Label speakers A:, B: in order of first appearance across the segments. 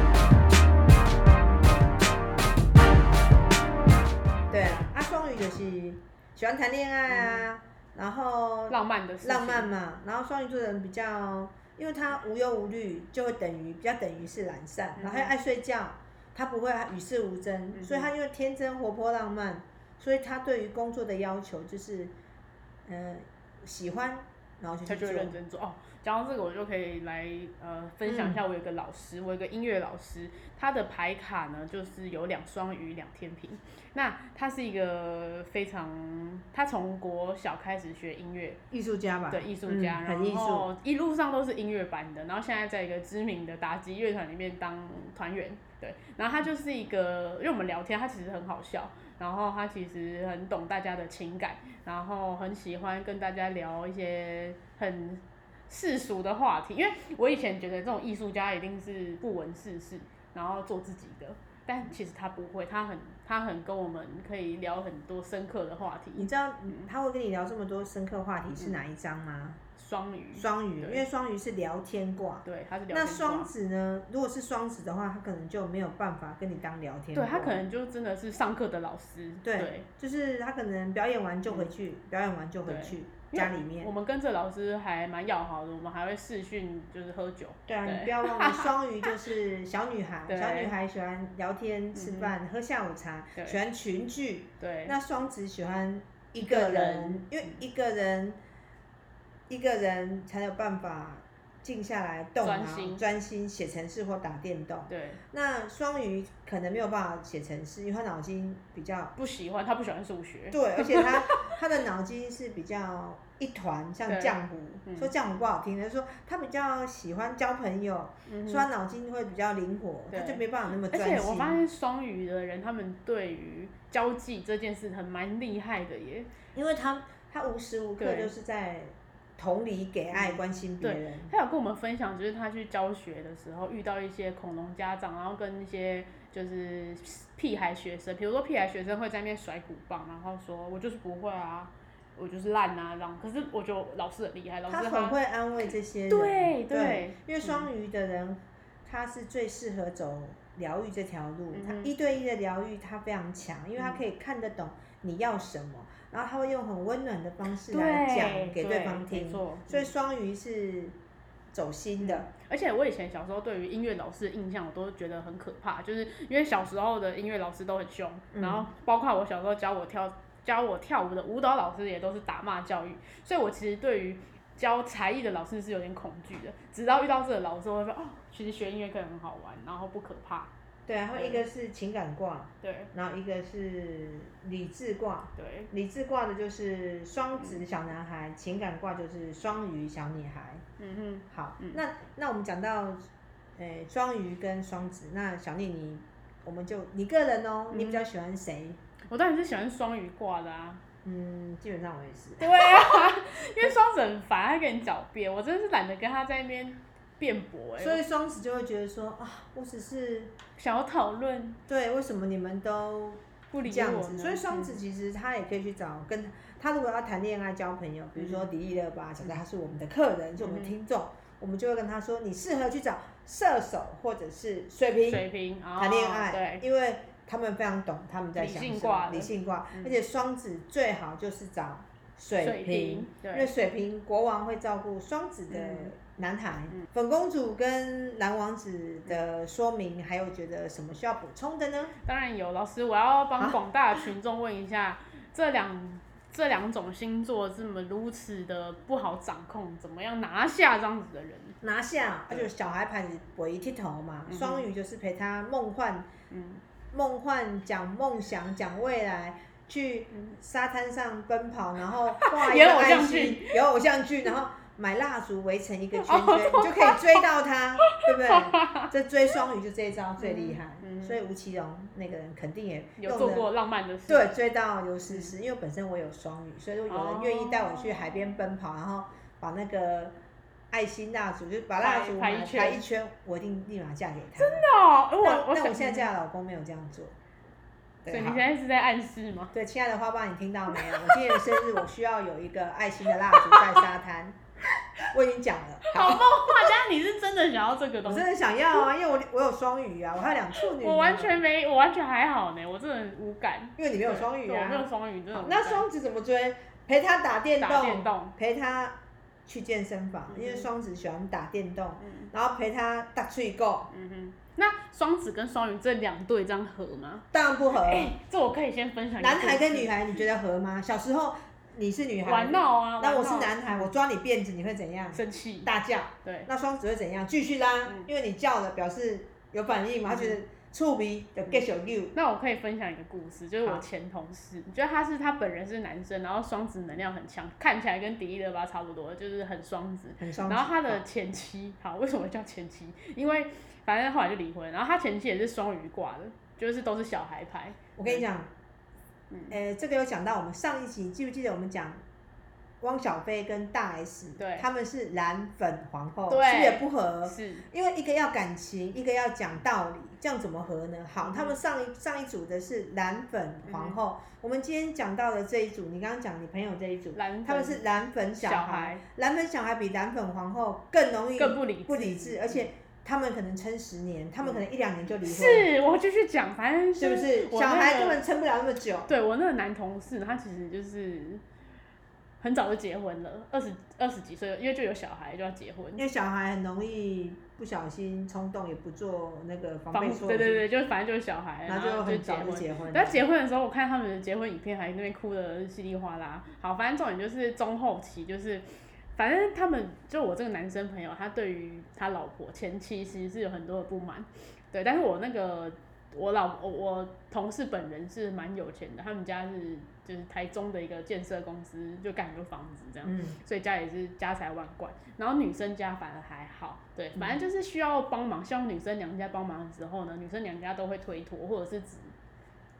A: 啊喜欢谈恋爱啊，然后
B: 嗯浪漫的事情
A: 浪漫嘛，然后双鱼座的人比较，因为他无忧无虑，就会等于比较等于是懒散，
B: 嗯
A: 然后又爱睡觉，他不会与世无争，
B: 嗯
A: 所以他因为天真活泼浪漫，所以他对于工作的要求就是，嗯、喜欢，然后就
B: 他
A: 去
B: 就
A: 做
B: 会，认真做哦。讲到这个，我就可以来呃分享一下，我有一个老
A: 嗯
B: 师，我有一个音乐老师，他的牌卡呢就是有两双鱼、两天平。那他是一个非常，他从国小开始学音乐
A: 艺术家吧，
B: 的艺术家，
A: 嗯很艺
B: 然
A: 术，
B: 后一路上都是音乐班的，然后现在在一个知名的打击乐团里面当团员。对，然后他就是一个，因为我们聊天，他其实很好笑，然后他其实很懂大家的情感，然后很喜欢跟大家聊一些很世俗的话题，因为我以前觉得这种艺术家一定是不闻世事，然后做自己的。但其实他不会，他很他很跟我们可以聊很多深刻的话题。
A: 你知道
B: 嗯
A: 他会跟你聊这么多深刻话题是哪一张吗？
B: 双鱼，
A: 双鱼，因
B: 嗯对
A: 为双鱼是聊天卦。
B: 对，他是聊
A: 那
B: 天挂
A: 双子呢？如果是双子的话，他可能就没有办法跟你当聊天
B: 对
A: 卦。
B: 他可能就真的是上课的老师，
A: 对就是他可能表演完就回去，表演完就回去
B: 嗯因为
A: 家里面。
B: 我们跟这老师还蛮要好的，我们还会视讯，就是喝酒，
A: 对啊，
B: 对
A: 你不要忘了，双鱼就是小女孩，
B: 对嗯
A: 小女孩喜欢聊天、吃饭、喝下午茶，
B: 对
A: 喜欢群聚。
B: 对，
A: 那双子喜欢一
B: 一
A: 个
B: 个
A: 人
B: 人，嗯
A: 因为一个人，一个人才有办法静下来动
B: 专
A: 脑、
B: 心
A: 专心写程式或打电动。
B: 对，
A: 那双鱼可能没有办法写程式，因为他脑筋比 较
B: 不喜欢他不喜欢数学，
A: 对，而且他他的脑筋是比较一团，像
B: 对
A: 浆糊。
B: 嗯
A: 说浆糊不好听，他说他比较喜欢交朋友，
B: 嗯哼
A: 所以他脑筋会比较灵活，他
B: 对
A: 就没办法那么
B: 而
A: 专心。
B: 且我发现双鱼的人，他们对于交际这件事很蛮厉害的耶，
A: 因为他他无时无刻
B: 对嗯
A: 就是在同理、给爱、关心别
B: 对
A: 人。
B: 他有跟我们分享，就是他去教学的时候遇到一些恐龙家长，然后跟一些就是屁孩学生，比如说屁孩学生会在那边甩鼓棒，然后说我就是不会啊，我就是烂啊，这样。可是我觉得老师很厉害，老师
A: 他很会安慰这些人。
B: 对
A: 对
B: 对，
A: 因为双鱼的人，他是最适合走疗愈这条路。
B: 嗯哼嗯
A: 他一对一的疗愈，他非常强，因为他可以看得懂你要什么，然后他会用很温暖的方式来讲给对方
B: 没
A: 听。
B: 错。嗯
A: 所以双鱼是走心的，
B: 而且我以前小时候对于音乐老师的印象，我都觉得很可怕，就是因为小时候的音乐老师都很凶，
A: 嗯
B: 然后包括我小时候教我跳教我跳舞的舞蹈老师也都是打骂教育，所以我其实对于教才艺的老师是有点恐惧的。直到遇到这个老师，我会说哦，其实学音乐课很好玩，然后不可怕。
A: 对啊。然后一个是情感卦，
B: 对
A: 然后一个是理智卦。
B: 对，
A: 理智卦的就是双子小男孩，情感卦就是双鱼小女孩。
B: 嗯哼，
A: 好，
B: 嗯
A: 那那我们讲到，呃，双鱼跟双子，那小丽你，我们就你个人哦，你比
B: 嗯
A: 较喜欢谁？
B: 我当然是喜欢双鱼挂的啊。
A: 嗯，基本上我也是。
B: 对啊， 因为双子很烦，他跟你狡辩，我真的是懒得跟他在那边辩驳、欸，
A: 所以双子就会觉得说啊，我只是
B: 想要讨论
A: 对，为什么你们都
B: 不理
A: 这样
B: 我
A: 子？
B: 呢嗯
A: 所以双子其实他也可以去找跟他如果要谈恋爱交朋友，比如
B: 嗯
A: 说迪丽热巴，假设他是我们的客人，是我们的听众，我们就会跟他说，你适合去找射手或者是水瓶
B: 水平啊，
A: 谈恋爱，
B: 对，
A: 因为他们非常懂他们在想
B: 理性
A: 什么，
B: 挂的
A: 理性挂，
B: 嗯
A: 而且双子最好就是找水瓶，
B: 瓶，
A: 因为
B: 对，
A: 水瓶国王会照顾双子的
B: 嗯
A: 男孩
B: 嗯。
A: 粉公主跟蓝王子的说明，还有觉得什么需要补充的呢？
B: 当然有。老师，我要
A: 啊
B: 帮广大的群众问一下，这两这两种星座这么如此的不好掌控，怎么样拿下这样子的人？
A: 拿下，而且
B: 对
A: 啊小孩盘子不一剃头嘛，
B: 嗯哼
A: 双鱼就是陪他梦幻
B: 嗯，
A: 梦幻讲梦想讲未来，去
B: 嗯
A: 沙滩上奔跑，然后画一
B: 演
A: 个
B: 偶
A: 爱
B: 像
A: 心，有偶像剧，然后买蜡烛围成一个圈 圈，
B: 哦
A: 你就可以追到他，对不 对？这追双鱼就这一招最厉害，
B: 嗯嗯
A: 所以吴奇隆那个人肯定也
B: 有
A: 用
B: 做
A: 得
B: 过浪漫的事，
A: 对，追到刘诗诗，因为本身我有双语，所以如果有人愿意带我去
B: 哦
A: 海边奔跑，然后把那个爱心蜡烛，就是把蜡
B: 排
A: 烛
B: 排一
A: 拿
B: 圈
A: 排一圈，我一定立马嫁给他。真的？
B: 真的哦，我
A: 但
B: 我
A: 但
B: 想
A: 我现在，嫁的老公没有这样做。
B: 所以
A: 对，
B: 你
A: 好
B: 现在是在暗示吗？
A: 对，亲爱的花爸，你听到没有？我今年的生日，我需要有一个爱心的蜡烛在沙滩。我已经讲了，
B: 好梦 幻！但你是真的想要这个
A: 我
B: 东西？
A: 真的想要啊，因为我我有双语啊，我还有两处女、
B: 我完，全没，我完全还好呢，我真的很无感。
A: 因为你没有双语
B: 对我没有
A: 啊。
B: 双语，真的无感。
A: 那双子怎么追？陪他打电
B: 打
A: 动
B: 电，动，
A: 陪他去健身房，
B: 嗯
A: 因为双子喜欢打电动，
B: 嗯
A: 然后陪他打吹够，
B: 嗯哼。那双子跟双鱼这两对这样合吗？
A: 当然不合。
B: 哎、这我可以先分享一个
A: 男
B: 故事。
A: 孩跟女孩，你觉得合吗？小时候你是女孩
B: 玩，闹啊，
A: 那我
B: 玩
A: 是
B: 闹，
A: 男孩，我抓你辫子，你会怎样？
B: 生气，
A: 大叫。
B: 对，
A: 那双子会怎样？继续拉
B: 嗯，
A: 因为你叫了，表示有反应嘛，
B: 嗯
A: 他觉得触鼻的 get 小 you。
B: 那我可以分享一个故事，就是我
A: 好
B: 前同事，你觉得他是他本人是男生，然后双子能量很强，看起来跟迪丽热巴差不多，就是很双子。
A: 很双子
B: 然后他的前妻，好，为什么叫前妻？因为反正后来就离婚，然后他前妻也是双鱼挂的，就是都是小孩牌。
A: 我跟你讲，
B: 嗯
A: 呃，这个有讲到我们上一集，记不记得我们讲汪小菲跟大 S，
B: 对
A: 他们是蓝粉皇后，
B: 对
A: 是不是也不合，
B: 是，
A: 因为一个要感情，一个要讲道理，这样怎么合呢？
B: 嗯
A: 好，他们上一上一组的是蓝粉皇后，我们今天讲到的这一组，你刚刚讲你朋友这一组，
B: 蓝粉
A: 他们是蓝粉
B: 小
A: 小孩，蓝粉小孩比蓝粉皇后更容易
B: 更不理
A: 不理智，而且他们可能撑十年，他们可能一两年就离婚，
B: 是，我继续讲，反正
A: 是不是？
B: 嗯我
A: 小孩
B: 那
A: 根
B: 个
A: 本撑不了那么久。
B: 对我那个男同事，他其实就是很早就结婚了，二十二十几岁，因为就有小孩就要结婚。
A: 因为小孩很容易不小心冲动，也不做那个防备
B: 房
A: 措施，
B: 对对对，就是反正就是小孩，
A: 然后就
B: 后就
A: 很
B: 结
A: 早就
B: 婚。
A: 结婚
B: 但
A: 了。
B: 结婚的时候，我看他们的结婚影片，还那边哭的稀里哗啦。好，反正重点就是中后期，就是反正他们就我这个男生朋友，他对于他老婆前妻其实是有很多的不满，对。但是我那个我老我我同事本人是蛮有钱的，他们家是就是台中的一个建设公司，就盖很多房子这样。
A: 嗯，
B: 所以家也是家财万贯，然后女生家反而还好，对，
A: 嗯
B: 反正就是需要帮忙，希望女生娘家帮忙的时候呢，女生娘家都会推脱，或者是只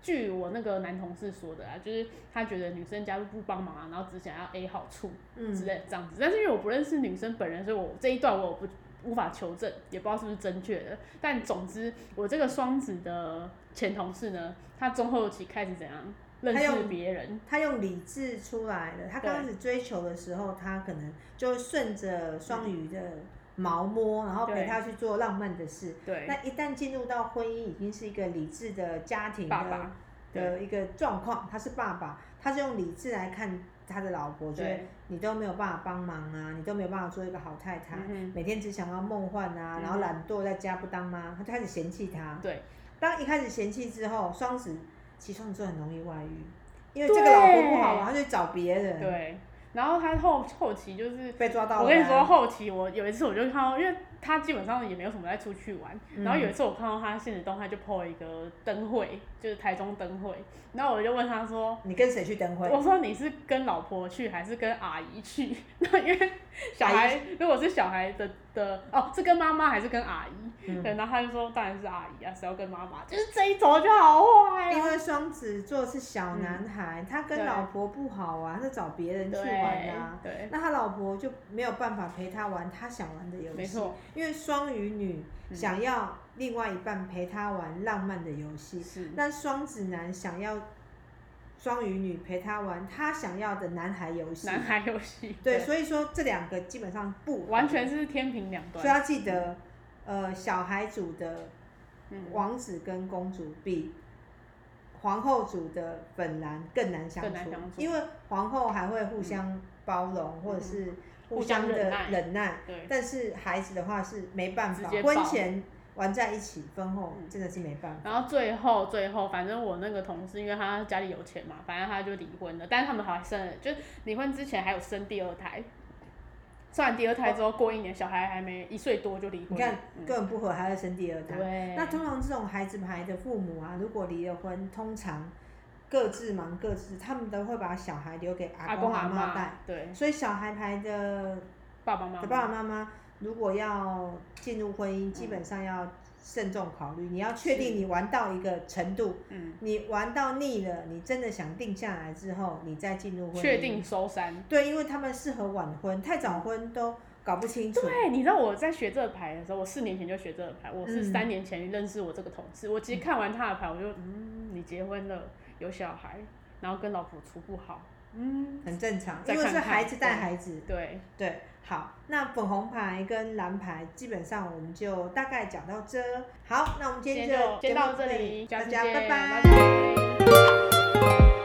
B: 据我那个男同事说的啊，就是他觉得女生家不帮忙啊，然后只想要 A 好处
A: 嗯
B: 之类的这样子，但是因为我不认识女生本人，所以我这一段我不无法求证，也不知道是不是正确的，但总之我这个双子的前同事呢，他中后期开始怎样认
A: 他
B: 识
A: 用
B: 别人，
A: 他用理智出来了。他刚开始追求的时候，他可能就顺着双鱼的毛摸，然后陪
B: 对
A: 他去做浪漫的事。
B: 对，
A: 那一旦进入到婚姻，已经是一个理智的家庭的
B: 爸爸。
A: 的一个状况，他是爸爸，他是用理智来看他的老婆，觉得
B: 对，
A: 你都没有办法帮忙啊，你都没有办法做一个好太太，
B: 嗯哼
A: 每天只想要梦幻啊，
B: 嗯
A: 然后懒惰在家不当妈，他就开始嫌弃他。
B: 对，
A: 当一开始嫌弃之后，双子其实双子座很容易外遇，因为这个老婆不好啊玩，他就找别人，，
B: 对，然后他后后期就是，
A: 被抓到了啊。
B: 我跟你说后期我有一次我就看到，因为他基本上也没有什么在出去玩，
A: 嗯
B: 然后有一次我看到他现实动态就 po 一个灯会，就是台中灯会，然后我就问他说。
A: 你跟谁去灯会？
B: 我说你是跟老婆去还是跟阿姨去？ 那因为小
A: 阿
B: 孩如果是小孩的的哦，是跟妈妈还是跟阿姨？
A: 嗯
B: 对，然后他就说当然是阿姨啊，谁要跟妈妈？就是这一种就好坏
A: 因
B: 哦。
A: 为双子座是小男孩，他跟
B: 嗯对
A: 老婆不好玩，他找别人去
B: 对
A: 玩啊。
B: 对，
A: 那他老婆就没有办法陪他玩他想玩的游戏，
B: 没错，
A: 因为双鱼女
B: 嗯
A: 想要另外一半陪她玩浪漫的游戏，
B: 是
A: 那双子男想要双鱼女陪他玩他想要的男孩游戏。
B: 男孩游戏。
A: 对，所以说这两个基本上不
B: 完，全是天平两
A: 所以
B: 端。
A: 要记得，呃，小孩组的
B: 嗯，
A: 王子跟公主比皇后组的粉蓝更难相
B: 更难
A: 处
B: 相，处嗯
A: 因为皇后还会互相包容，或者是互相的
B: 互相忍耐
A: 忍耐
B: 对，
A: 但是孩子的话是没办
B: 直
A: 法
B: 接，爆
A: 婚前玩在一起，婚后
B: 嗯
A: 真的是没办法。
B: 然后最后最后，反正我那个同事，因为他家里有钱嘛，反正他就离婚了。但是他们还生了，就是离婚之前还有生第二胎。生完第二胎之后，过一年小孩还没一岁多就离
A: 你
B: 婚了。
A: 看，
B: 嗯
A: 根本不合，还要生第二胎。
B: 对，
A: 那通常这种孩子牌的父母啊，如果离了婚，通常各自忙各自，他们都会把小孩留给阿
B: 阿
A: 公
B: 公
A: 阿
B: 阿
A: 妈
B: 嬷
A: 带。
B: 对
A: 所以小孩牌的
B: 爸爸
A: 的
B: 妈妈
A: 爸爸妈妈如果要进入婚
B: 嗯
A: 姻，基本上要慎重考虑。你要确定你玩到一个程度，
B: 嗯，
A: 你玩到腻了，你真的想定下来之后，你再进入婚姻。
B: 确定。收山。
A: 对，因为他们适合晚婚，太早婚都搞不清楚。
B: 对，哎你知道我在学这个牌的时候，我四年前就学这个牌，我是
A: 嗯
B: 三年前认识我这个同事。我其实看完他的牌，我就嗯，你结婚了，有小孩，然后跟老婆处不好，嗯，
A: 很正常，
B: 再
A: 因为
B: 看
A: 是
B: 看
A: 孩子带
B: 对
A: 孩子。
B: 对，
A: 对，好，那粉红牌跟蓝牌基本上我们就大概讲到这。好，那我们今天节目
B: 今天就先到这里，
A: 大
B: 下次
A: 家
B: 见
A: 拜
B: 拜拜